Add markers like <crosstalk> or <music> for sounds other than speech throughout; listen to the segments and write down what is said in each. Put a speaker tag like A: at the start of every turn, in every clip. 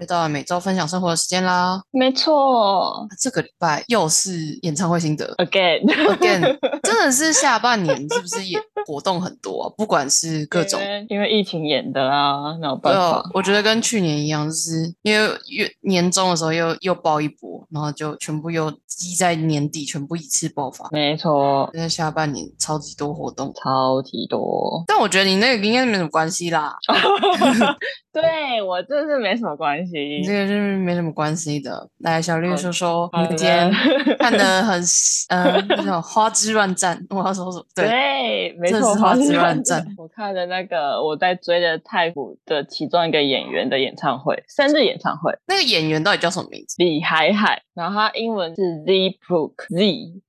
A: 又到了每周分享生活的时间啦。
B: 没错
A: 啊这个礼拜又是演唱会心得
B: ，again， <laughs>
A: ，again，真的是下半年是不是也活动很多啊？不管是各种
B: 因。为 <laughs> 因为疫情演的啦，没有
A: 对
B: 办
A: 啊
B: 法。，
A: 我觉得跟去年一样，就是因为月年终的时候又又爆一波，然后就全部又积在年底，全部一次爆发。
B: 没错，
A: 现在下半年超级多活动，
B: 超级多。
A: 但我觉得你那个应该没什么关系啦，
B: 嗯对我真是没什么关系
A: 你这。个是没什么关系的。来，小绿
B: 好
A: 说说
B: 好
A: 你今天
B: 的
A: 看得很呃那种花枝乱颤，我要说什么？ <laughs> 对，
B: 对，没
A: 真的
B: 错，
A: 是花枝乱
B: 乱
A: 颤。
B: 我看的那个我在追的泰国的其中一个演员的演唱会，生日演唱会，
A: 那个演员到底叫什么名字？
B: 李海海，然后他英文是 Z Prook，Z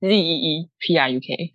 B: Z E E P R U K，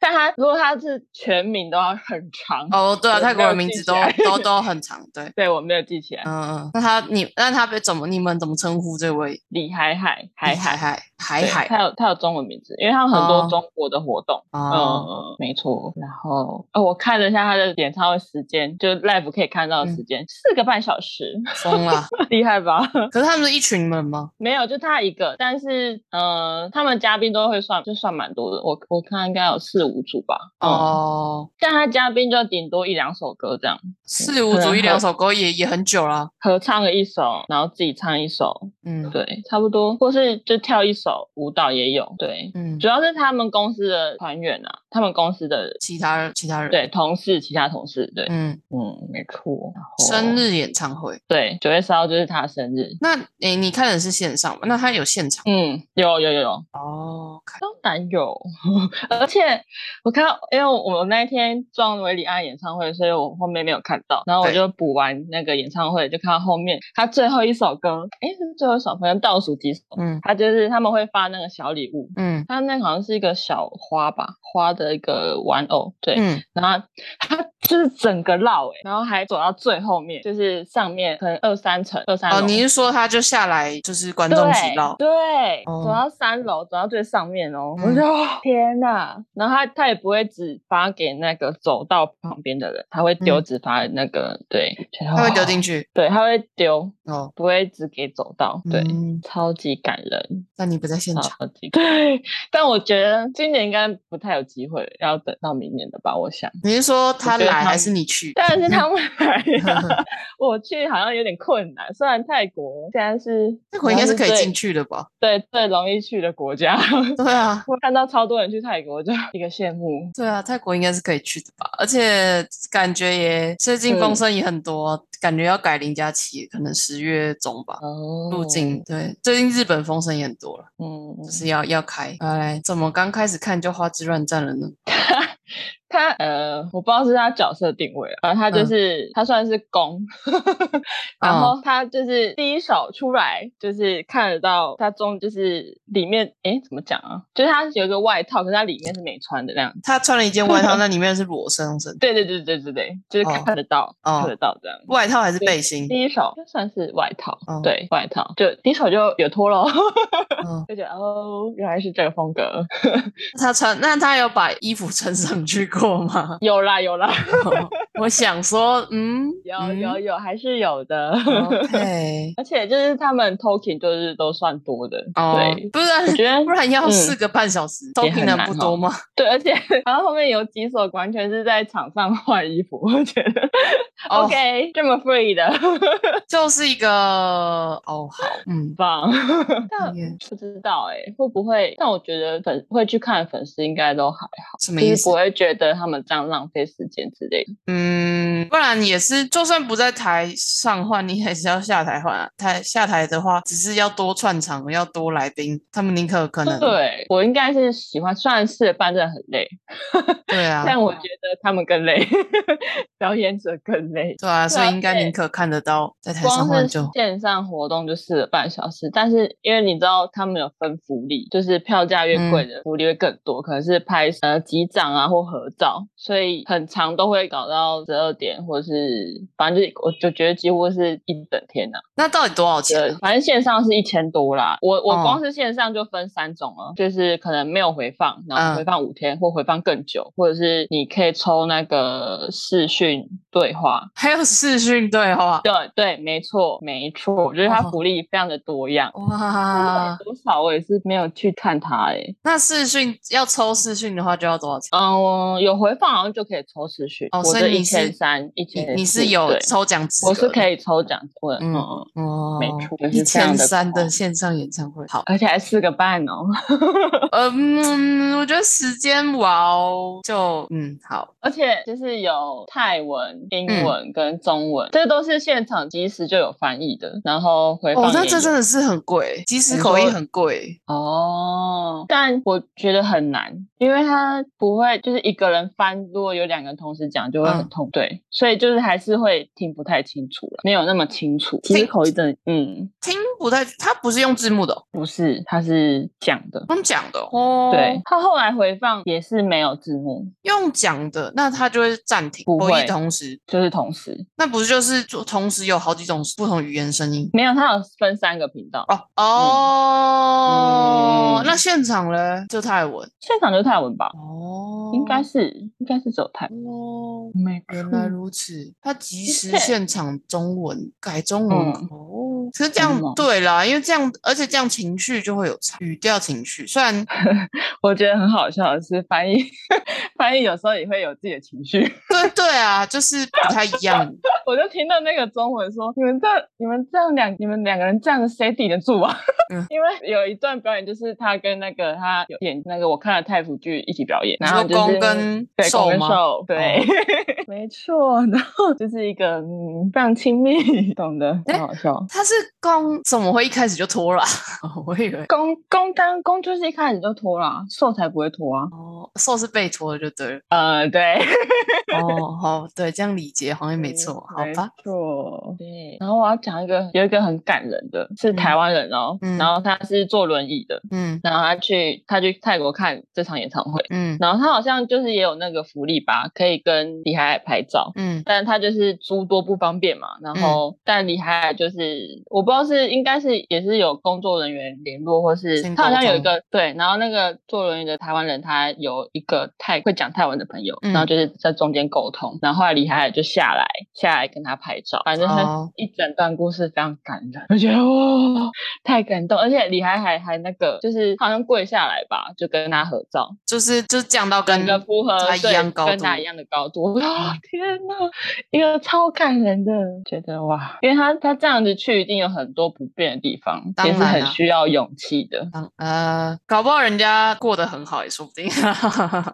B: 但他如果他是全名的话很长。
A: 哦，对啊，
B: 我
A: 泰
B: 没
A: 国
B: 有
A: 人名
B: 记
A: 字
B: 起
A: 都
B: 来
A: 都都很长，对。
B: 对，我没有记起来。
A: 嗯，嗯，那他你那他被怎么你们怎么称呼这位
B: 李海海，海
A: 海
B: 海，
A: 海海
B: 对
A: 海
B: 他有他有中文名字，因为他有很
A: 哦
B: 多中国的活动。嗯
A: 哦，
B: 嗯，没错。然后哦，我看了一下他的演唱会时间，就 live 可以看到的时间，四个半小时， <laughs>
A: 疯了！
B: 厉害吧？ <laughs>
A: 可是他们是一群人吗？
B: 没有，就他一个，但是呃，他们嘉宾都会算，就算蛮多的。我我看应该有四五组吧。 <laughs> 哦、
A: 哦，
B: 像他嘉宾就顶多一两首歌这样，
A: 四五
B: 啊
A: 组一两首歌也也很久了。
B: 合唱了一首，然后自己唱一首，
A: 嗯，
B: 对，差不多，或是就跳一首舞蹈也有，对。
A: 嗯
B: 主，要是他们公司的团员啊，他们公司的
A: 其他人其他人
B: 对同事，其他同事对，
A: 嗯，
B: 嗯，没错。然后
A: 生日演唱会。
B: 对，九月十号就是他生日，
A: 那诶，你看的是线上吗？那他有现场
B: 嗯，有有有有，
A: 哦，看
B: 当然有， <laughs> 而且我看到，因为我那一天撞维里安演唱会，所以我后面没有看到，然后我
A: 对
B: 就补完那个演唱会，就看到后面他最后一首歌，诶，是最后一首，反正倒数几首，
A: 嗯
B: 他就是他们会发那个小礼物，
A: 嗯
B: 他那个好像是一个小花吧，花的一个玩偶，对，
A: 嗯，
B: 然后他就是整个绕诶、然后还走到最后面，就是上面可能二三层，二三
A: 哦，
B: 楼
A: 你是说他就下来就是观众席绕？
B: 对，对
A: 哦
B: 走到三楼，走到最上面哦，
A: 嗯
B: 我就、哦天哪！然后他他也不会只发给那个走到旁边的人，他会丢
A: 嗯
B: 只发那个、对，
A: 他会丢进
B: 去，
A: 去
B: 对，他会丢，
A: 哦。
B: 不会只给走到，对。
A: 嗯
B: 超级感人，
A: 但你不在现场，
B: 超级对，但我觉得今年应该不太有机会，要等到明年的吧，我想。
A: 你是说他
B: 我觉得
A: 来
B: 他
A: 还是你去？
B: <laughs> 但
A: <laughs>
B: 是他们来呀 <laughs> 我去好像有点困难。虽然泰国现在是
A: 那会应该是可以进
B: 去，
A: 去的吧？ <laughs>
B: 对最容易去的国家。 <laughs>
A: 对啊，
B: 我看到超多人去泰国，我就一个羡慕。
A: 对啊，泰国应该是可以去的吧？而且感觉也最近风
B: 嗯
A: 声也很多，感觉要改零假期，可能十月中吧。
B: 哦
A: 入境对，最近日本风声也很多了，
B: 嗯，
A: 就是要要开。好来，怎么刚开始看就花枝乱颤了呢？
B: 他呃，我不知道是他角色定位啊，反正他就
A: 嗯
B: 是、他算是攻， <laughs> 然
A: 哦
B: 后他就是第一手出来，就是看得到他中就是里面诶怎么讲啊？就是他有一个外套，可是他里面是没穿的那样。
A: 他穿了一件外
B: <laughs>
A: 套，那里面是裸上身，
B: 对对对对对对，就是
A: 哦
B: 看得到，
A: 哦
B: 看得到这样。
A: 外套还是背心？
B: 第一首就算是外套，
A: 哦
B: 对外套，就第一首就有脱了，
A: 嗯，
B: <laughs> 就觉得哦，原来是这个风格。？
A: 他穿，那他有把衣服穿上去过吗 <laughs> 哦
B: 有啦有啦，
A: 我想说，嗯，
B: 有
A: 嗯哦
B: 有有，还是有的。
A: ，OK，
B: <laughs> 而且就是他们 talking 就是都算多的，
A: 哦 <laughs>
B: 对，
A: 不然
B: 我觉得
A: 不然要
B: 嗯
A: 四个半小时，都
B: 也
A: 平
B: 很
A: 能
B: 难
A: 不
B: 哦
A: 多吗？ <laughs>
B: 对，而且然后后面有几首完全是在场上换衣服，我觉得、
A: 哦
B: OK 这么 free 的
A: 就是一个哦，好，嗯，
B: 棒， <laughs> 但
A: 耶
B: 不知道哎、会不会？但我觉得粉会去看的粉丝应该都还好，
A: 什么
B: 就
A: 意
B: 是
A: 思
B: 不？会觉得他们这样浪费时间之类的。
A: 嗯，不然也是，就算不在台上换，你还是要下台换、啊。台下台的话，只是要多串场，要多来宾，他们宁可可能
B: 对我应该是喜欢，虽然四人半真的很累，
A: 对啊，
B: 但我觉得他们更累， <laughs> 表演者更累。
A: 对啊，
B: 对
A: 所以
B: 啊
A: 应该宁可看得到在台哎上
B: 光
A: 换
B: 是
A: 就
B: 线上活动就四个半小时，但是因为你知道他们有分福利，就是票价越
A: 嗯
B: 贵的福利会更多，可能是拍呃几张啊或合照，所以很长都会搞到十二点点，或者是反正就我就觉得几乎是一整天呐、啊。
A: 那到底多少钱、
B: 对
A: 啊，？
B: 反正线上是一千多啦。我我
A: 哦
B: 光是线上就分三种了，就是可能没有回放，然
A: 嗯
B: 后回放五天、或回放更久，或者是你可以抽那个视讯对话。
A: 还有视讯对话，
B: 对对，没错没错，我觉得它
A: 哦啊
B: 福利非常的多样。
A: 哇！
B: 多少我也是没有去看它诶、
A: 那视讯要抽视讯的话，就要多少钱？
B: 嗯，有回放好像就可以抽持续。
A: 哦
B: 我
A: 所以
B: 这
A: 你
B: 一千
A: 是
B: 三，一
A: 你
B: 千
A: 你是有抽奖资格的？
B: 我是可以抽奖，我
A: 嗯
B: 嗯嗯，
A: 哦，
B: 没错就是
A: 一
B: 这样
A: 千
B: 的
A: 三
B: 款
A: 的线上演唱会，好，
B: 而且还四个半哦，
A: 呃嗯，我觉得时间哇哦，就嗯好，
B: 而且就是有泰文、英
A: 嗯
B: 文跟中文，这都是现场即时就有翻译的，然后回放
A: 哦，那
B: 也
A: 这
B: 有
A: 真的是很贵，即时
B: 你
A: 口译
B: 说
A: 很贵，
B: 哦，但我觉得很难，因为他不会就是一个人翻，如果有两个人同时讲就会很
A: 嗯
B: 痛，对，所以就是还是会听不太清楚了，没有那么清楚。其实
A: 听
B: 口译真的，嗯，
A: 听不太，他不是用字幕的哦，
B: 不是，他是讲的，
A: 用讲的哦，
B: 对，他后来回放也是没有字幕，
A: 用讲的，那他就会暂停，
B: 不
A: 口译
B: 会
A: 同时，
B: 就是同时
A: 那不是就是就同时有好几种不同语言声音？
B: 没有，他有分三个频道，
A: 哦哦，
B: 嗯
A: 那现场嘞就泰文
B: 现场就泰文吧，
A: 哦，
B: 应该是应该是只有泰文，
A: 哦，
B: 没
A: 原来
B: 错
A: 如此，他及时
B: 对
A: 现场中文改中文、
B: 嗯
A: 哦，可是这样
B: 真的哦
A: 对啦，因为这样，而且这样情绪就会有差，语调情绪，虽然
B: <laughs>
A: <laughs>
B: 我觉得很好笑的是翻译， <laughs> 翻译有时候也会有自己的情绪。 <laughs>
A: 对对啊，就是不太一样，
B: 我就听到那个中文说：“你们这、你们这样两、你们两个人这样谁顶得住啊？”
A: 嗯
B: <laughs> 因为有一段表演就是他跟那个他有演那个我看了泰服剧一起表演，
A: 你
B: 然后
A: 说
B: 就是
A: 公跟
B: 对
A: 受
B: 公跟
A: 吗哦
B: 受对， <laughs> 没错。然后就是一个嗯非常亲密，懂得
A: 哎
B: 很好笑。
A: 他是公怎么会一开始就脱了啊、我以为
B: 公公当公就是一开始就脱啦，受才不会脱啊。
A: 哦，受是被脱的就对了。
B: 呃，对，
A: <laughs> 哦，好，对，这样理解好像也没错，好
B: 没
A: 吧？
B: 错，对。然后我要讲一个，有一个很感人的，是台湾人哦，
A: 嗯
B: 然后他是坐轮椅的，
A: 嗯
B: 然后他去他去泰国看这场演唱会，
A: 嗯
B: 然后他好像就是也有那个福利吧，可以跟李海海拍照。
A: 嗯
B: 但他就是诸多不方便嘛，然后、但李海海就是我不知道是应该是也是有工作人员联络，或是
A: 先
B: 他好像
A: 沟
B: 有一
A: 通
B: 个对，然后那个坐轮椅的台湾人他有一个泰会讲泰文的朋友，
A: 嗯
B: 然后就是在中间沟通，然后后来李海海就下来下来跟他拍照，反正他
A: 哦
B: 一整段故事非常感人，我觉得哇太感动，而且李海海还那个就是好像跪下来吧，就跟他合照，
A: 就是就是降到跟
B: 整个符合
A: 他一
B: 对
A: 样高
B: 跟
A: 度
B: 他一样的高度。 <laughs> 哇，天哪，一个超感人的，觉得哇，因为他他这样子去一定有很多不便的地方，
A: 当
B: 也是
A: 然
B: 很
A: 啊
B: 需要勇气的。
A: 当呃，搞不好人家过得很好也说不定。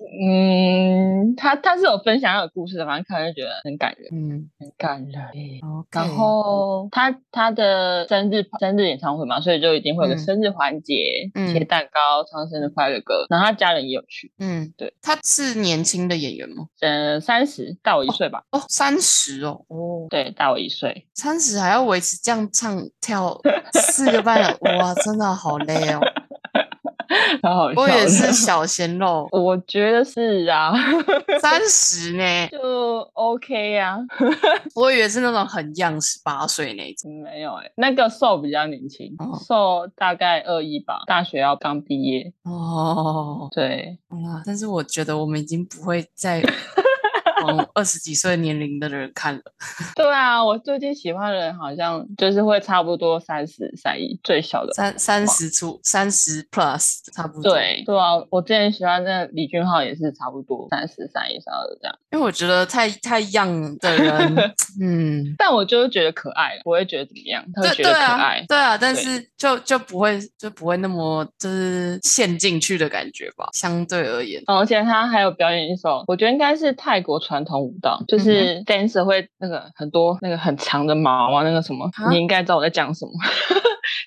B: 嗯，他他是有分享他的故事的，反正看了就觉得很感人，
A: <laughs> 嗯
B: 很感人。
A: ，OK， <laughs>
B: 然后他他的生日生日演唱会嘛，所以就一定会有个
A: 嗯
B: 生日环节，
A: 嗯
B: 切蛋糕、唱生日快乐歌，然后他家人也有去，
A: 嗯，
B: 对，
A: 他是年轻的演员吗？
B: 嗯，三十大我一岁吧，
A: 哦，三十哦，哦，
B: 对，大我一岁， <laughs>
A: 三十还要维持这样唱跳 <laughs> 四个半小时，哇，真的好累 <laughs> 哦。
B: 好好笑
A: 我也
B: 的，
A: 是小鲜肉
B: 我觉得是啊， <laughs>
A: 三十呢，
B: 就 OK 啊，
A: 我以为是那种很young 十八岁那种。
B: 没有哎、那个瘦比较年轻
A: 哦，
B: 瘦、大概二一吧，大学要刚毕业，
A: 哦，
B: 对，
A: 啊！但是我觉得我们已经不会 <laughs> 再往二十几岁年龄的人看了。
B: 对啊，我最近喜欢的人好像就是会差不多三十三一最小的。
A: 三三十出三十 plus 差不多。，
B: 对对啊，我之前喜欢那李俊浩也是差不多三十三一三二这样，
A: 因为我觉得太太 young 的
B: <laughs>
A: 人，嗯，
B: 但我就是觉得可爱，不会觉得怎么样，他会
A: 对
B: 觉
A: 对
B: 得可
A: 啊
B: 爱，。
A: 对啊，但
B: 对
A: 是就就不会就不会那么就是陷进去的感觉吧，相对而言。
B: 哦而且他还有表演一首，我觉得应该是泰国传统舞蹈，就是 dancer 会那个很多那个很长的毛啊，那个什么
A: 啊，
B: 你应该知道我在讲什么。 <laughs>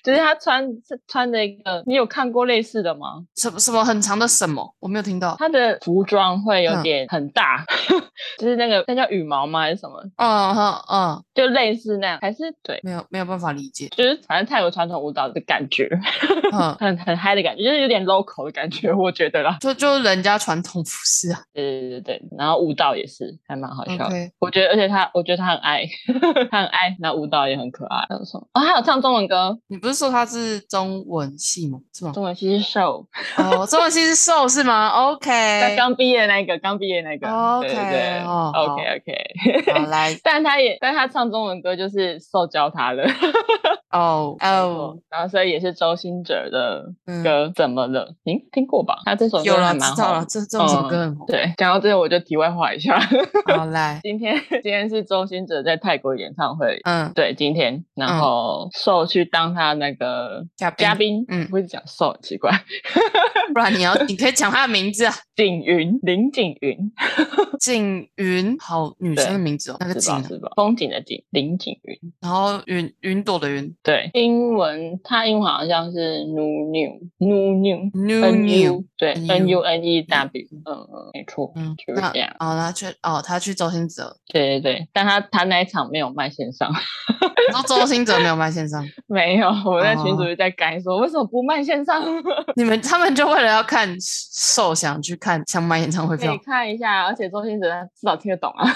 B: 就是他穿是穿着一个，你有看过类似的吗？
A: 什么什么很长的什么？我没有听到。
B: 他的服装会有点很大， <laughs> 就是那个那叫羽毛吗还是什么？
A: 嗯嗯嗯，
B: 就类似那样，还是对，
A: 没有没有办法理解。
B: 就是反正泰国传统舞蹈的感觉， <laughs>
A: 嗯，
B: 很很嗨的感觉，就是有点 local 的感觉，我觉得啦。
A: 就就人家传统服饰啊。
B: 对对对对，然后舞蹈也是还蛮好笑的
A: OK，
B: 我觉得，而且他我觉得他很爱， <laughs> 他很爱，那舞蹈也很可爱。还有什么？哦，还有唱中文歌，
A: 你不是说他是中文系吗？是吗？
B: 中文其实瘦，
A: 哦，中文系是瘦是吗
B: 他
A: ？OK，
B: 刚毕业那个，刚毕业那个。
A: 哎哦
B: 对
A: OK，
B: 对对
A: 哦好
B: OK OK。 <laughs>
A: 好来，
B: 但他也，但他唱中文歌就是受教他的， <laughs>
A: 哦哦，
B: 然后所以也是周兴哲的
A: 嗯，
B: 歌，怎么了？您、听过吧？他这首
A: 有
B: 歌
A: 了，
B: 还
A: 知
B: 蛮
A: 道
B: 好
A: 了，
B: 的。
A: 这这首
B: 嗯
A: 歌很红。
B: 对，讲到这个我就题外话一下， <laughs>
A: 好来，
B: 今天今天是周兴哲在泰国演唱会，
A: 嗯，
B: 对，今天，然
A: 嗯
B: 后受去当他那个
A: 嘉
B: 嘉
A: 宾，
B: 宾，
A: 嗯
B: 不是讲受，很奇怪，
A: 不然你要你可以讲他的名字啊，
B: 景云，林景云，
A: 景云，好女生的名字哦，那个
B: 是
A: 景
B: 吧？
A: 啊，
B: 是吧？风景的景，林景云，
A: 然后云云朵的云
B: 对，英文，它英文好像是 nu new nu 呃 new。
A: ，new
B: N
A: new，
B: U 对
A: NU
B: N U N E W，嗯嗯，没错，
A: 嗯，
B: 就是
A: 那
B: 这样。
A: 哦，他去哦，他去周星哲，
B: 对对对，但他他那一场没有卖线上， <laughs>
A: 然后周星哲没有卖线上，
B: 没有，我在群主
A: 哦
B: 就在改说为什么不卖线上，可
A: 你们他们就为了要看受想去看想买演唱
B: <laughs>
A: 会票
B: 以，看一下，而且周星哲他至少听得懂啊。。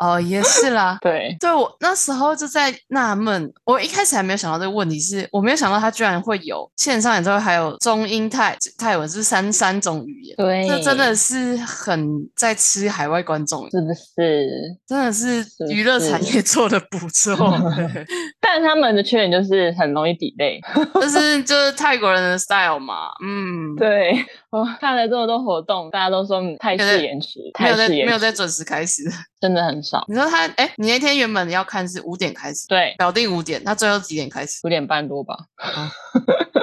A: 哦，也是啦
B: 对，
A: 对我那时候就在纳闷，我一开始还没有想到这个问题是，我没有想到他居然会有线上演唱会，还有中英泰泰文是三三种语言，
B: 对
A: 这真的是很在吃海外观众，
B: 是不是？
A: 真的是
B: 是
A: 娱乐产业 <laughs> 做的不
B: <laughs>
A: 错，欸
B: 但他们的缺点就是很容易 delay。 <laughs>
A: 就是就是泰国人的 style 嘛，嗯，
B: 对，我看了这么多活动，大家都说嗯泰
A: 没有
B: 式
A: 在
B: 延迟，
A: 没
B: 泰
A: 有在
B: 式延
A: 没有
B: 迟
A: 在准时开始。
B: 真的很少。
A: 你说他哎，你那天原本要看是五点开始，
B: 对，
A: 表定五点，他最后几点开始？
B: 五点半多吧。
A: 啊
B: <laughs>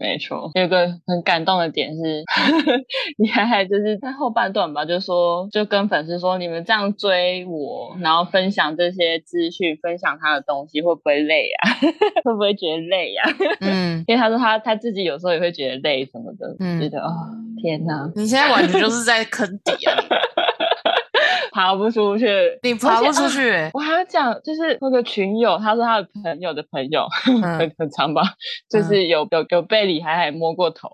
B: 没错，有个很感动的点是， <laughs> 你还就是在后半段吧，就说就跟粉丝说，你们这样追我，然后分享这些资讯，分享他的东西，会不会累呀、 <laughs> 会不会觉得累呀、
A: 嗯，
B: <laughs> 因为他说他他自己有时候也会觉得累什么的，
A: 嗯
B: 觉得啊、哦、天哪，
A: 你现在完全就是在坑底啊，
B: 爬不出去。
A: 你你爬不出
B: 而且啊
A: 去、欸。
B: 我还要讲，就是那个群友，他说他的朋友的朋友、
A: 嗯
B: 很很长吧，就是有、有有被李海海摸过头，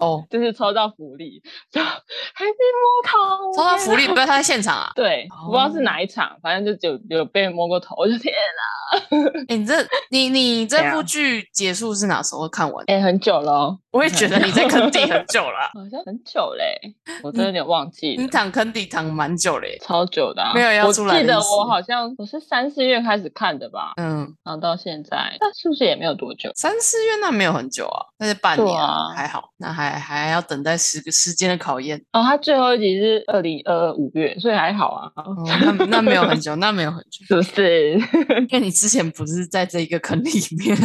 A: 哦，
B: 就是抽到福利，就还被摸头，
A: 说到
B: 天
A: 福利，
B: 哪
A: 不要他在现
B: <laughs>
A: 场啊！
B: 对，
A: 哦
B: 我不知道是哪一场，反正就有有被摸过头，我就天哪，
A: 欸你这你你这
B: 怎
A: 部
B: 样
A: 剧结束是哪时候看完？
B: 哎、很久了哦，
A: 我也觉得你在坑底很久了啊、
B: <laughs> 好像很久嘞、我真的有点忘记
A: 你
B: 了。
A: 躺坑底躺蛮久嘞、
B: 超久的、啊，
A: 嗯没有要
B: 我
A: 出来的
B: 记得
A: 意思
B: 我好像我是三四月开始看的吧，
A: 嗯，
B: 然后到现在，那是不是也没有多久？
A: 三四月那没有很久啊，那是半
B: 对
A: 年、
B: 啊
A: 还好，那还还要等待时时间的考验。
B: 哦，它最后一集是二零二二五月，所以还好啊，
A: 哦，那那没有
B: <laughs>
A: 很久，那没有很久，
B: 是不是？
A: 因
B: <laughs>
A: 为你之前不是在这一个坑里面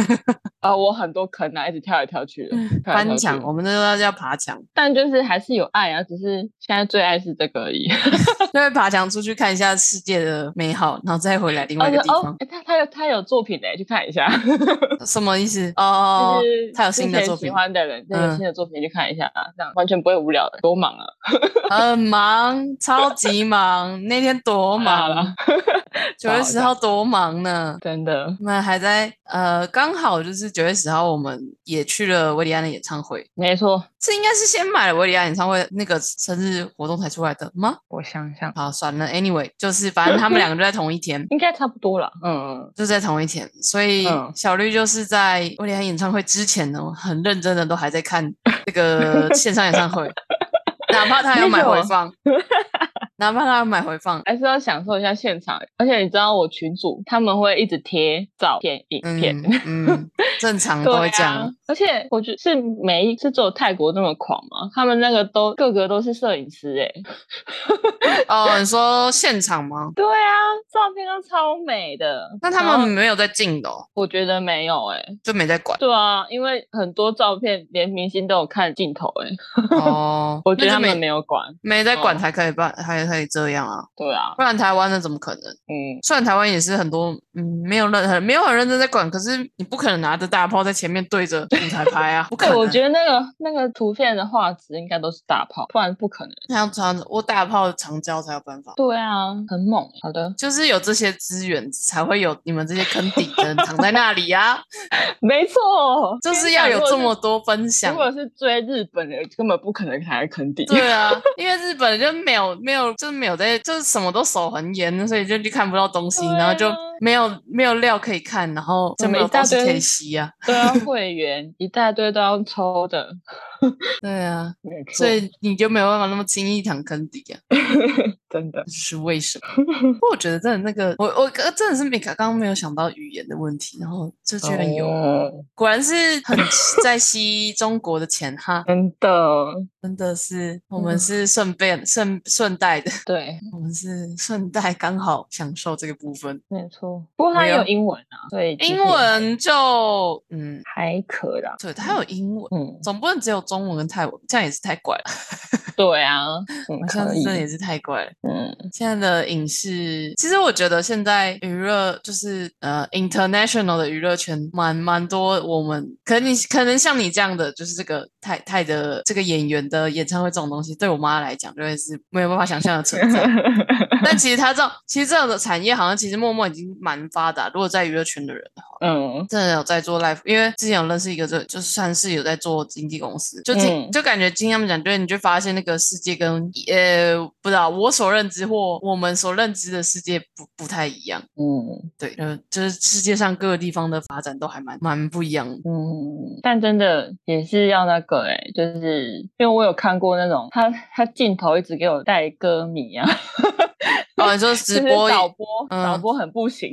B: 啊、我很多坑啊，一直跳来跳去的，
A: <laughs>
B: 跳来跳
A: 嗯翻
B: 去
A: 墙，哦
B: 的
A: 我们那时候叫爬墙，
B: 但就是还是有爱啊，只是现在最爱是这个而已。
A: 就会爬墙出去看一下世界的美好，然后再回来另外一个地
B: 哦
A: 方。，
B: 诶他他有他有作品嘞，去看一下。 <laughs>
A: <laughs> 什么意思？哦，
B: 就是
A: 他有新的
B: 之前
A: 作品
B: 喜欢的人，那
A: 嗯
B: 有新的作品去看一下啊，这样完全不会无聊的，多忙啊！
A: 很忙，超级忙，那天多
B: <laughs> 好
A: 忙，
B: 啦，
A: 九月十号多忙呢。
B: 啊真的
A: 我们还在呃，刚好就是九月十号，我们也去了维里安的演唱会。
B: 没错。
A: 这应该是先买了维里安演唱会那个生日活动才出来的吗？
B: 我想想，，
A: 好，算了，anyway，就是反正他们两个就在同一天
B: 应该差不多了。嗯
A: 就在同一天，所以
B: 嗯
A: 小绿就是在维里安演唱会之前呢，很认真的都还在看这个线上演唱会，哪怕他有买回放，哪怕他有买回放，
B: 还是要享受一下现场。而且你知道，我群主他们会一直贴照片、影
A: 嗯
B: 片。
A: 嗯，正常
B: 对
A: 都
B: 啊，
A: 会这样。
B: 而且我觉得是每一次只有泰国那么狂嘛，他们那个都个个都是摄影师哎、啊
A: 哦，你说现场吗？
B: 对啊，照片都超美的。
A: 那他们没有在进的、哦，
B: 我觉得没有哎、
A: 就没在管
B: 对啊，因为很多照片连明星都有看镜头哎、
A: 哦。
B: 我觉得
A: 那
B: 他
A: 就
B: 们
A: 没
B: 没有管。
A: 没在管
B: 哦
A: 才可以办，还可以这样啊，
B: 对啊，
A: 不然台湾的怎么可能？
B: 嗯，
A: 虽然台湾也是很多嗯没有任何没有很认真在管，可是你不可能拿着大炮在前面对
B: <laughs>
A: 着舞台拍啊，不可
B: 对，
A: 能。
B: 我觉得那个那个图片的画质应该都是大炮，不然不可能。
A: 那要长我大炮长焦才有办法。
B: 对啊，很猛欸。好的，
A: 就是有这些资源，才会有你们这些坑底的人躺在那里
B: <laughs>
A: 啊！
B: 没错，
A: 就是要有这么多分
B: 如
A: 享。
B: 果是追日本人，根本不可能还坑底。
A: 对啊，因为日本人就没有没有就是没有在就是什么都守很严，所以就就看不到东西，
B: 对啊
A: 然后就没有没有料可以看，然后就没有东西可以吸啊。
B: <laughs> 对啊，会员一大堆都要抽的，
A: 对啊，
B: 没错
A: 所，以你就没有办法那么轻易躺坑底啊，
B: <laughs> 真的
A: 这是为什么？ <laughs> 不过我觉得真的那个我我呃真的是没刚刚没有想到语言的问题，然后就居然有，
B: 哦
A: 果然是很在吸中国的钱哈。
B: 真的，
A: 真的是，我
B: 嗯
A: 们是顺便顺顺带的，
B: 对，
A: 我们是顺带刚好享受这个部分。
B: 没错。不过它
A: 哎
B: 也
A: 呦
B: 有英文啊，对，其实
A: 英文就嗯，
B: 还可啦。
A: 对，它有英文，
B: 嗯，
A: 总不能只有中文跟泰文，这样也是太怪了，
B: 对啊，嗯，
A: 好像
B: 可
A: 是
B: 以
A: 真，的也是太怪了。
B: 嗯，
A: 现在的影视，其实我觉得现在娱乐就是呃，international 的娱乐圈蛮蛮多。我们可能你可能像你这样的，就是这个泰泰的这个演员的演唱会这种东西，对我妈来讲就会是没有办法想象的存在。
B: <laughs>
A: 但其实他这种，其实这样的产业好像其实默默已经蛮发达。如果在娱乐圈的人，
B: 嗯，
A: 真的有在做 live，因为之前有认识一个就，就算是有在做经纪公司，就听、
B: 嗯
A: 就感觉听他们讲，对，你就发现那个世界跟呃不知道我所认知或我们所认知的世界不不太一样。
B: 嗯，
A: 对，呃，就是世界上各个地方的发展都还蛮蛮不一样的。
B: 嗯，但真的也是要那个哎、就是因为我有看过那种他他镜头一直给我带歌迷啊， <laughs>
A: 哦，你说
B: 就
A: 直
B: 是
A: 播也，
B: 导播、
A: 嗯
B: 导播很不行，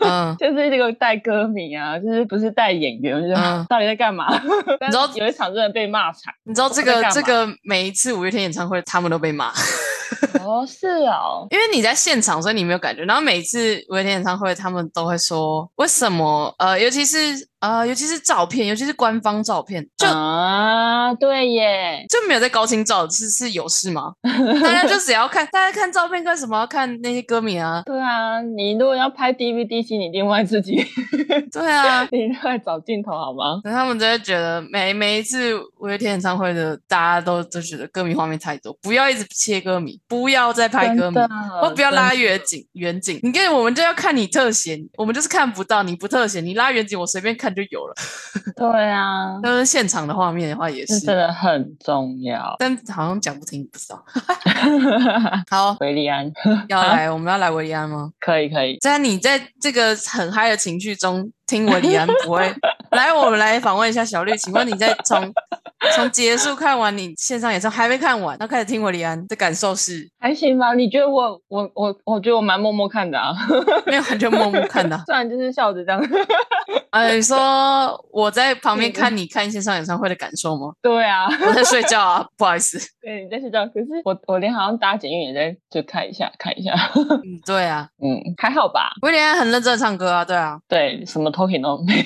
A: 嗯，
B: 就是这个带歌迷啊，就是不是带演员，我就觉得、
A: 嗯
B: 到底在干嘛？ <laughs> 但
A: 知道
B: 有一场真的被骂
A: <laughs>
B: 惨
A: 你知道这
B: 我在
A: 个
B: 干
A: 这
B: 嘛
A: 个每一次五月天演唱会，他们都被骂。
B: 哦，是哦，
A: 因为你在现场，所以你没有感觉。然后每次五月天演唱会，他们都会说为什么？呃，尤其是呃，尤其是照片，尤其是官方照片，就、
B: 啊，对耶，
A: 就没有在高清照，是是有事吗？ <laughs> 大家就只要看，大家看照片干什么？要看那些歌迷啊，
B: 对啊，你如果要拍 DVD 机，你另外自己 <laughs>
A: 对啊。
B: 你另外找镜头好吗？
A: 可是他们就会觉得每每一次五月天演唱会的，大家都都觉得歌迷画面太多，不要一直切歌迷，不要再拍歌
B: 真
A: 迷，
B: 的，
A: 我不要拉
B: 真的
A: 远景，远景，你跟我们就要看你特写，我们就是看不到你不特写，你拉远景我随便看就有了。
B: 对啊，
A: 但是现场的画面的话也
B: 这真
A: 是，。
B: 的很重要
A: 但好像讲不听不知
B: <laughs>
A: 道。好，
B: 维利安 <laughs>
A: 要来，我们要来维利安吗？
B: 可以可以，
A: 在你在这个很嗨的情绪中听维利安不会来，我们来访问一下小绿，请问你在从 <laughs> 从结束看完你线上演唱会还没看完，然后开始听维利安的感受是？
B: 还行吧？你觉得我我我我觉得我蛮默默看的啊， <laughs>
A: 没有，就默默看的。
B: 虽然就是笑着这样。 <laughs>
A: 呃，你说我在旁边看你看线上演唱会的感受吗？
B: 对啊，
A: 我在睡觉啊， <laughs> 不好意思。
B: 对，你在睡觉，可是我我连好像搭捷运也在就看一下看一下， <laughs>
A: 嗯，对啊，
B: 嗯，还好吧？
A: 威廉很认真地唱歌啊，对啊。
B: 对，什么 talking 都没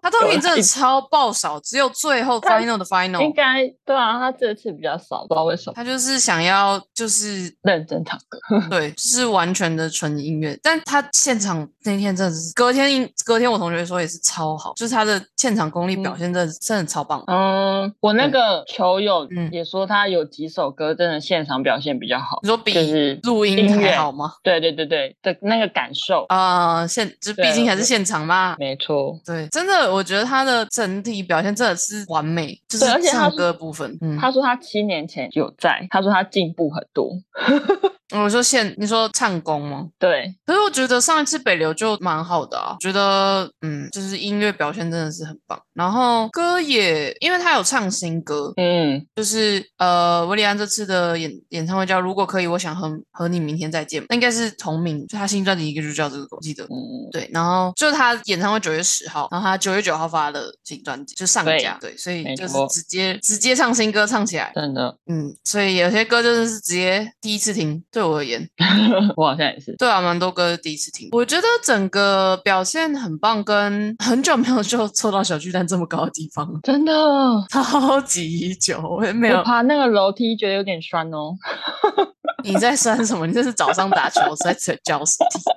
A: 他作品真
B: 对
A: 的超爆少，只有最后 final 的
B: 有， <laughs>
A: final，
B: 应该对啊，他这次比较少，不知道为什么
A: 他就是想要就是
B: 认真唱歌。
A: 对，就是完全的纯音乐。但他现场那天真的是，隔天隔天我同学说也是超好，就是他的现场功力表现真的、真的超棒。
B: 嗯，我那
A: 对
B: 个球友
A: 嗯
B: 也说他有几首歌真的现场表现比较好，
A: 你说比
B: 就是
A: 录音
B: 音
A: 还
B: 乐
A: 好吗？
B: 对对对对的那个感受，
A: 啊、现就毕
B: 对
A: 竟还是
B: 我
A: 现场嘛。
B: 没错。
A: 对，真的，我觉得他的整体表现真的是完美，就是
B: 对而且他
A: 唱
B: 是
A: 歌部分。嗯，
B: 他说他七年前有在，他说他进步很多。
A: 我说现你说唱功吗？
B: 对，
A: 可是我觉得上一次北流就蛮好的啊，觉得嗯，就是音乐表现真的是很棒，然后歌也，因为他有唱新歌，
B: 嗯，
A: 就是呃，维里安这次的演演唱会叫《如果可以，我想和和你明天再见》，那应该是同名，就他新专辑一个就叫这个，我记得。
B: 嗯，
A: 对，然后就是他演唱会九月十号，然后他九月九号发的新专辑就上架，对，所以
B: 没
A: 就是
B: 错
A: 直接直接唱新歌唱起来，
B: 真的， <laughs>
A: 嗯，所以有些歌真的是直接第一次听，对我而言，
B: 我好像也是。
A: 对啊，蛮多歌第一次听，我觉得整个表现很棒，跟很久没有就凑到小巨蛋这么高的地方了， <laughs>
B: 真的，
A: 超级久，我也没
B: 我
A: 有。
B: 爬那个楼梯觉得有点酸哦。
A: 你在酸什么？你这是早上打球在脚脚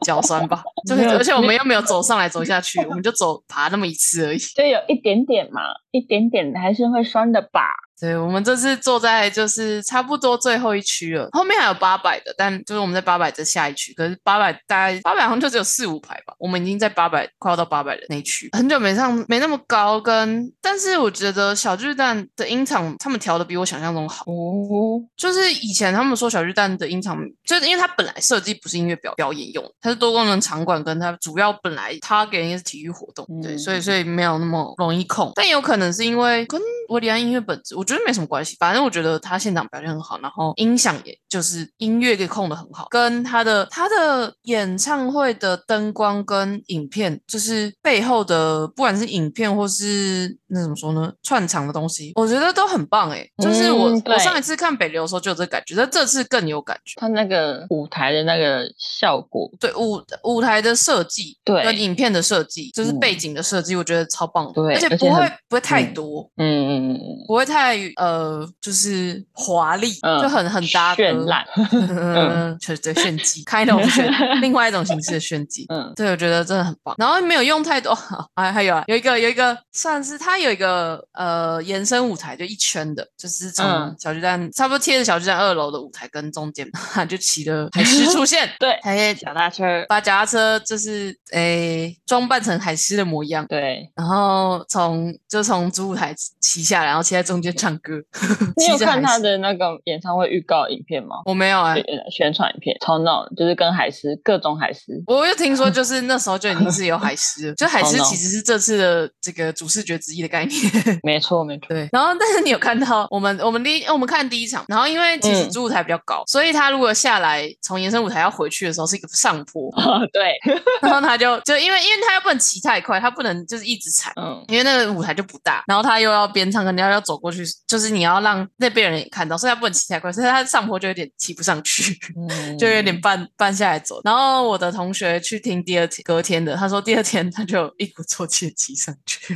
A: 脚酸吧？就可以
B: 没有
A: 而且我们又没有走上来走下去，我们就走爬那么一次而已。
B: 就有一点点嘛，一点点还是会酸的吧。
A: 对，我们这次坐在就是差不多最后一区了，后面还有八百的，但就是我们在八百的下一区，可是八百大概八百好像就只有四五排吧，我们已经在八百快要到八百的那一区，很久没上没那么高跟，但是我觉得小巨蛋的音场他们调的比我想象中好。
B: 哦，
A: 就是以前他们说小巨蛋的音场，就是因为它本来设计不是音乐表表演用的，它是多功能场馆，跟它主要本来 target 应该是体育活动，对，
B: 嗯
A: 所以所以没有那么容易控，但也有可能是因为跟维里安音乐本质，我觉得没什么关系。反正我觉得他现场表现很好，然后音响也就是音乐给控的很好，跟他的他的演唱会的灯光跟影片，就是背后的不管是影片或是那怎么说呢，串场的东西，我觉得都很棒诶、就是我、
B: 嗯对
A: 我上一次看北流的时候就有这个感觉，但这次更有感觉。
B: 它那个舞台的那个效果，
A: 对舞舞台的设计，
B: 对
A: 跟影片的设计，就是
B: 嗯
A: 背景的设计，我觉得超棒的，
B: 对
A: 而且
B: 而且
A: 不会
B: 很
A: 不会太
B: 嗯
A: 多，
B: 嗯嗯嗯嗯，
A: 不会太呃，就是华丽，
B: 嗯
A: 就很很搭歌
B: 绚烂， <laughs>
A: 嗯，确实对炫技，开头是炫，另外一种形式的炫技。
B: 嗯，
A: 对，我觉得真的很棒。然后没有用太多， <laughs> 还、还有啊，有一个有一个算是它有一个呃延伸舞台，就一圈的，就是从
B: 嗯
A: 小巨蛋、差不多贴着小巨蛋二楼的舞台跟中间， <laughs> 就骑着海狮
B: <laughs>
A: 出现，
B: 对，
A: 还也
B: 小大圈儿，
A: 把脚踏车就是诶装扮成海狮的模样，
B: 对，
A: 然后从就从主舞台骑下来，然后骑在中间唱歌。 <laughs>
B: 你有
A: 骑着
B: 看
A: 海
B: 他
A: 狮？
B: 的那个演唱会预告影片吗？
A: 我没有哎、
B: 对呃宣传影片超闹的，就是跟海狮各种海狮，
A: 我又听说，就是那时候就已经是有海狮了，就海狮
B: Oh no
A: 其实是这次的这个主视觉之一的概念。
B: 没错没 <laughs> 错，
A: 对，然后但是你有看到我们我们第一我们看第一场，然后因为其实
B: 嗯，
A: 主舞台比较高，所以他如果下来从延伸舞台要回去的时候是一个上坡
B: 啊对，
A: 然后他就就因为因为他又不能骑太快，他不能就是一直踩。
B: 嗯
A: 因为那个舞台就不大，然后他又要边唱，跟你要要走过去，就是你要让那边人也看到，所以他不能骑太快，所以他上坡就有点骑不上去， <laughs>
B: 嗯，
A: 就有点半半下来走。然后我的同学去听第二天隔天的，他说第二天他就一鼓作气的骑上去，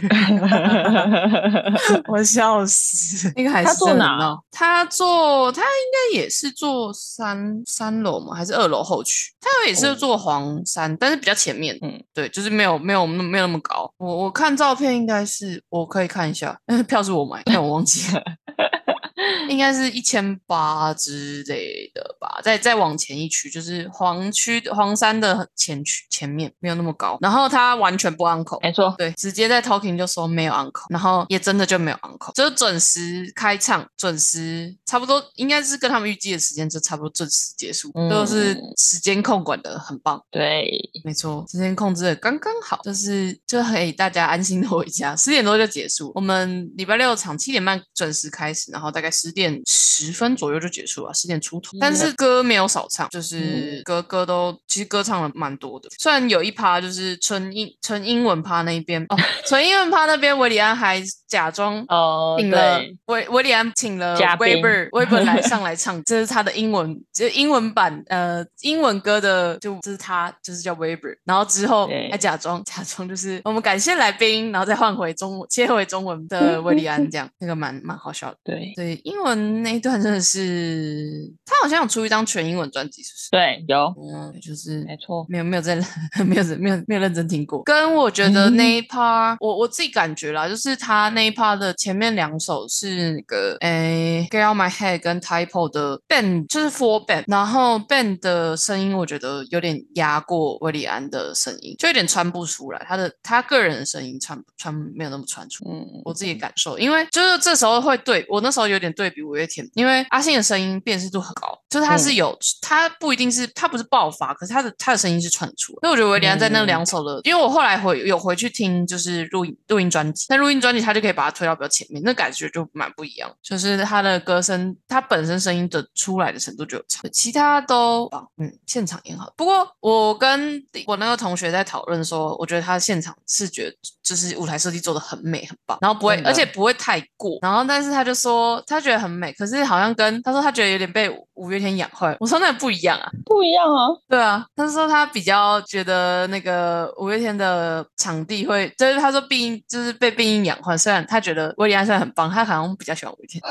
A: 我笑死。那个还是
B: 他坐
A: 真的
B: 哪
A: 很闹？他坐他应该也是坐三三楼嘛，还是二楼后区？他也是
B: 哦
A: 坐黄山，但是比较前面。嗯
B: 嗯，
A: 对，就是没有没有那没有那么高。我我看照片应该是我可以看一下， <laughs> 票是我买，但我忘记
B: <laughs>
A: 了。应该是一千八之类的吧，再再往前一区，就是黄区黄山的前区前面没有那么高，然后他完全不按口，
B: <laughs> 没错，
A: 对，直接在 talking 就说没有 uncle，然后也真的就没有 uncle，就是准时开唱，准时差不多应该是跟他们预计的时间就差不多准时结束，
B: 嗯
A: 就是时间控管的很棒，
B: 对，
A: 没错，时间控制的刚刚好，就是就可以大家安心的回家，十点多就结束，我们礼拜六场七点半准时开始，然后大概十点十分左右就结束了，十点出头，但是歌没有少唱，就是
B: 嗯
A: 歌歌都其实歌唱了蛮多的，虽然有一趴就是纯英纯英文趴那一边哦，纯英文趴那边维里安还假装
B: 哦
A: 请了
B: 对，
A: 维维里安请了
B: 嘉宾 <laughs>
A: Weber Weber 来上来唱，这是他的英文，就是英文版呃英文歌的，就这是他就是叫 Weber，然后之后
B: 对
A: 还假装假装就是我们感谢来宾，然后再换回中切回中文
B: <laughs>
A: 的维里安这样，那个蛮蛮好笑的。
B: 对
A: 对，英文那一段真的是，他好像有出一张全英文专辑，是不是？
B: 对有，
A: 嗯，就是
B: 没错，
A: 没有没有在 <laughs> 没有没有没有认真听过。嗯跟我觉得那一趴，我我自己感觉啦，就是他那一趴的前面两首是那个诶《Get Out My Head》跟 Typo 的 Ben，就是 Four Ben，然后 Ben 的声音我觉得有点压过维里安的声音，就有点穿不出来，他的他个人的声音穿穿没有那么穿出来。
B: 嗯
A: 我自己的感受，因为就是这时候会对我那时候有点对比五月天，因为阿信的声音辨识度很高，就是他
B: 嗯
A: 是有，他不一定是他不是爆发，可是他的他的声音是传出来。所以我觉得维里安在那两首的，因为我后来回有回去听就是录音录音专辑，但录音专辑他就可以把它推到比较前面，那感觉就蛮不一样，就是他的歌声，他本身声音的出来的程度就有差，其他都棒，嗯，现场也好。不过我跟我那个同学在讨论说，我觉得他现场视觉就是舞台设计做的很美很棒，然后不会，
B: 真的
A: 而且不会太过。然后但是他就说他觉得很美，可是好像跟他说他觉得有点被五月天养坏了。我说那不一样啊，
B: 不一样啊，
A: 对啊，他说他比较觉得那个五月天的场地会，就是他说病因就是被病因养坏，虽然他觉得威利安虽然很棒，他好像比较喜欢五月天。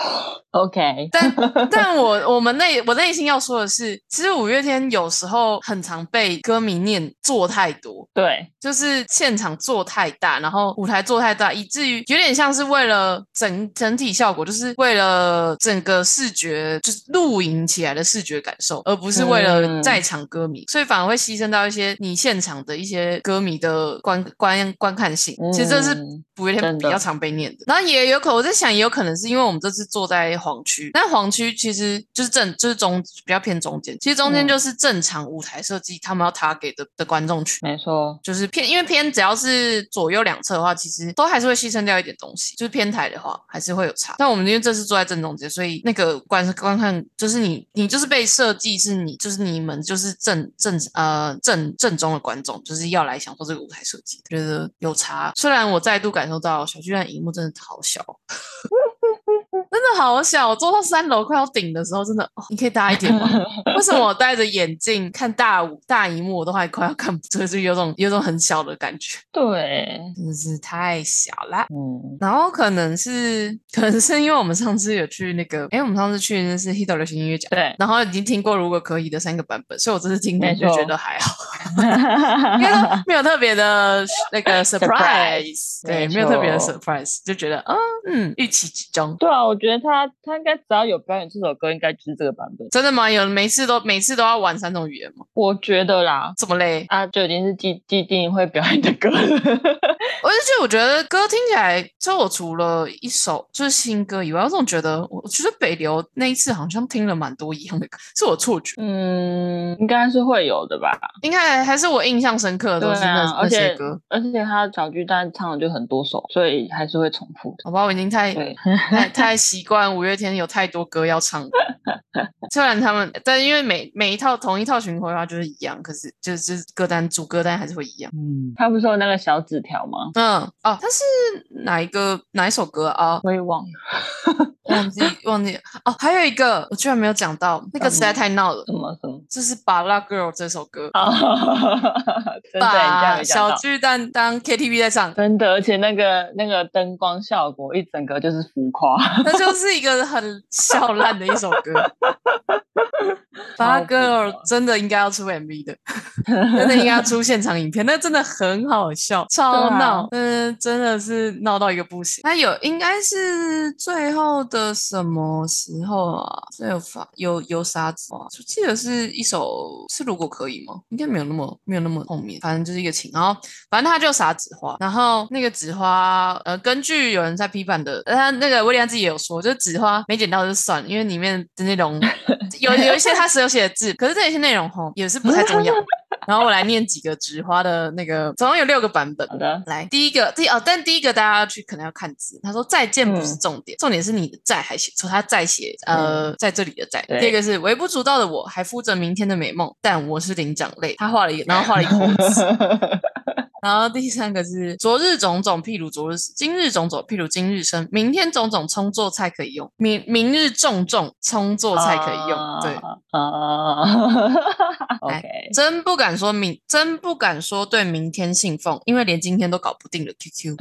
B: OK，
A: 但但我我们内我内心要说的是，其实五月天有时候很常被歌迷念做太多，
B: 对，
A: 就是现场做太大，然后舞台做太大，以至于有点像是为了整整体效果，就是为了整个视觉就是露营起来的视觉感受，而不是为了
B: 嗯
A: 在场歌迷，所以反而会牺牲到一些你现场的一些歌迷的观观观看性。其实这是
B: 嗯
A: 五月天
B: 真
A: 比
B: 的
A: 较常被念的。然后也有可我在想，也有可能是因为我们这次坐在黄区，但黄区其实就是正就是中比较偏中间，其实中间
B: 嗯
A: 就是正常舞台设计他们要 target 的的观众群。
B: 没错，
A: 就是偏，因为偏只要是左右两侧的话，其实都还是会牺牲掉一点东西。就是偏台的话，还是会有差。但我们因为这次坐在正中间，所以那个观观看就是你，你就是被设计是你，就是你们就是正正呃正正宗的观众，就是要来享受这个舞台设计，觉得有差。虽然我再度感受到小巨蛋荧幕真的好小。 <laughs> 真的好小，我坐到三楼快要顶的时候，真的，哦、你可以大一点吗？ <laughs> 为什么我戴着眼镜看大舞大荧幕，我都还快要看不出，就有种有种很小的感觉，
B: 对，
A: 真的是太小啦。
B: 嗯，
A: 然后可能是可能是因为我们上次有去那个，哎，我们上次去那是 Hito 流行音乐奖， <laughs>，
B: 对
A: 然后已经听过如果可以的三个版本，所以我这次听了
B: 没
A: 就
B: 错
A: 觉得还
B: <laughs>
A: 好，因为都没有特别的那
B: <laughs>
A: 个 surprise，对，
B: 没
A: 没有特别的
B: 错
A: surprise，就觉得嗯嗯预期之中。
B: 对啊，我觉得他他应该只要有表演这首歌，应该就是这个版本，
A: 真的吗？有每次都每次都要玩三种语言吗？
B: 我觉得啦。
A: 这么累？
B: 啊，就已经是既既定会表演的歌了。
A: 而且我觉得歌听起来，就我除了一首就是新歌以外，我总觉得我我觉得北流那一次好像听了蛮多一样的歌，是我错觉，
B: 嗯，应该是会有的吧。
A: 应该还是我印象深刻的都是那、
B: 对啊
A: 那
B: 而且
A: 些歌。
B: 而且他小巨蛋唱的就很多首，所以还是会重复的。
A: 好吧，我已经太
B: 对，
A: 太太习惯五月天有太多歌要唱了。虽然他们，但因为每每一套同一套循环的话就是一样，可是就是就是歌单主歌单还是会一样。
B: 嗯，他不是有那个小纸条吗？
A: 嗯，哦，它是哪一个哪一首歌啊？哦
B: 我也忘了
A: 忘记忘记哦，还有一个我居然没有讲到，那个实在太闹了，
B: 什么什么。
A: 就是《巴拉 Girl》这首歌，
B: 啊， <laughs> 真的，你这样
A: 把
B: 没讲
A: 小
B: 到。
A: 巨蛋当 KTV 在唱，
B: 真的，而且那个那个灯光效果一整个就是浮夸，
A: 那就是一个很笑烂的一首
B: <laughs>
A: 歌。巴拉
B: 超浮夸
A: Girl 真的应该要出 MV 的，真的应该要出现场影片，那真的很好笑，超
B: 对啊
A: 闹，嗯、真的是闹到一个不行。它有应该是最后的什么时候啊？最后发有有啥子啊？就记得是一首是如果可以吗？应该没有那么没有那么后面，反正就是一个情，然后反正他就撒纸花，然后那个纸花，呃，根据有人在批判的，呃他那个威廉自己也有说，就是纸花没捡到就算，了，因为里面的内容有有一些他是有写的字，可是这些内容吼也是不太重要。然后我来念几个纸花的那个，总共有六个版本。
B: 好的，
A: 来，第一个，第哦，但第一个大家要去可能要看字。他说再见不是重点，重点是你的在还写错，他再写呃、在这里的在。
B: 对
A: 第二个是微不足道的我还敷着明天的美梦，但我是灵长类。他画了一个，然后画了一个猴子。然后第三个是昨日种种，譬如昨日死；今日种种，譬如今日生；明天种种，充做菜可以用；明明日种种，充做菜可以用。对，
B: 啊，OK，
A: 真不敢说明，真不敢说对明天信奉，因为连今天都搞不定了。QQ，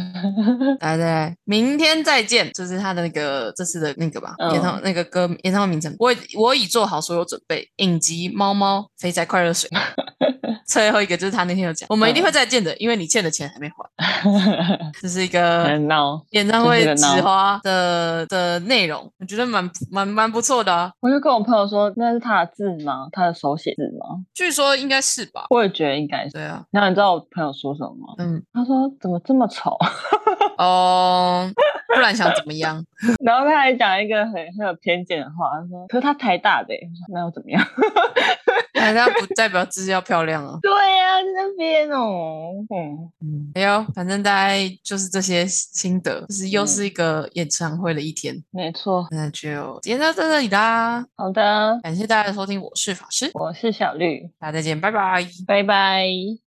A: 来来来，明天再见，这是他的那个这次的那个吧，
B: 嗯
A: 演唱那个歌演唱会名称。我已我已做好所有准备，影集《猫猫肥宅快乐水》。
B: <laughs>
A: 最后一个就是他那天有讲，我们一
B: 嗯
A: 定会再见的，因为你欠的钱还没还。
B: <laughs>
A: 这是一个
B: 很闹。
A: 演唱会
B: 真是
A: 纸
B: 个闹
A: 花的的内容，我觉得蛮蛮蛮不错的啊。
B: 我就跟我朋友说，那是他的字吗？他的手写字吗？
A: 据说应该是吧？
B: 我也觉得应该是。
A: 对啊，
B: 然后你知道我朋友说什么吗？
A: 嗯，
B: 他说怎么这么丑？
A: 哦，不然想怎么 <laughs> 样？
B: 然后他还讲一个很很有偏见的话，他说可是他台大的欸，我说那又怎么样？
A: 但它哎不代表自己要漂亮啊。
B: 对呀、在那边哦，嗯，
A: 没有，哎反正大概就是这些心得，就是又是一个演唱会的一天。
B: 没错。
A: 那就今天到这里啦，
B: 好的，
A: 感谢大家的收听，我是法师，
B: 我是小绿，
A: 大家再见，拜拜。
B: 拜拜。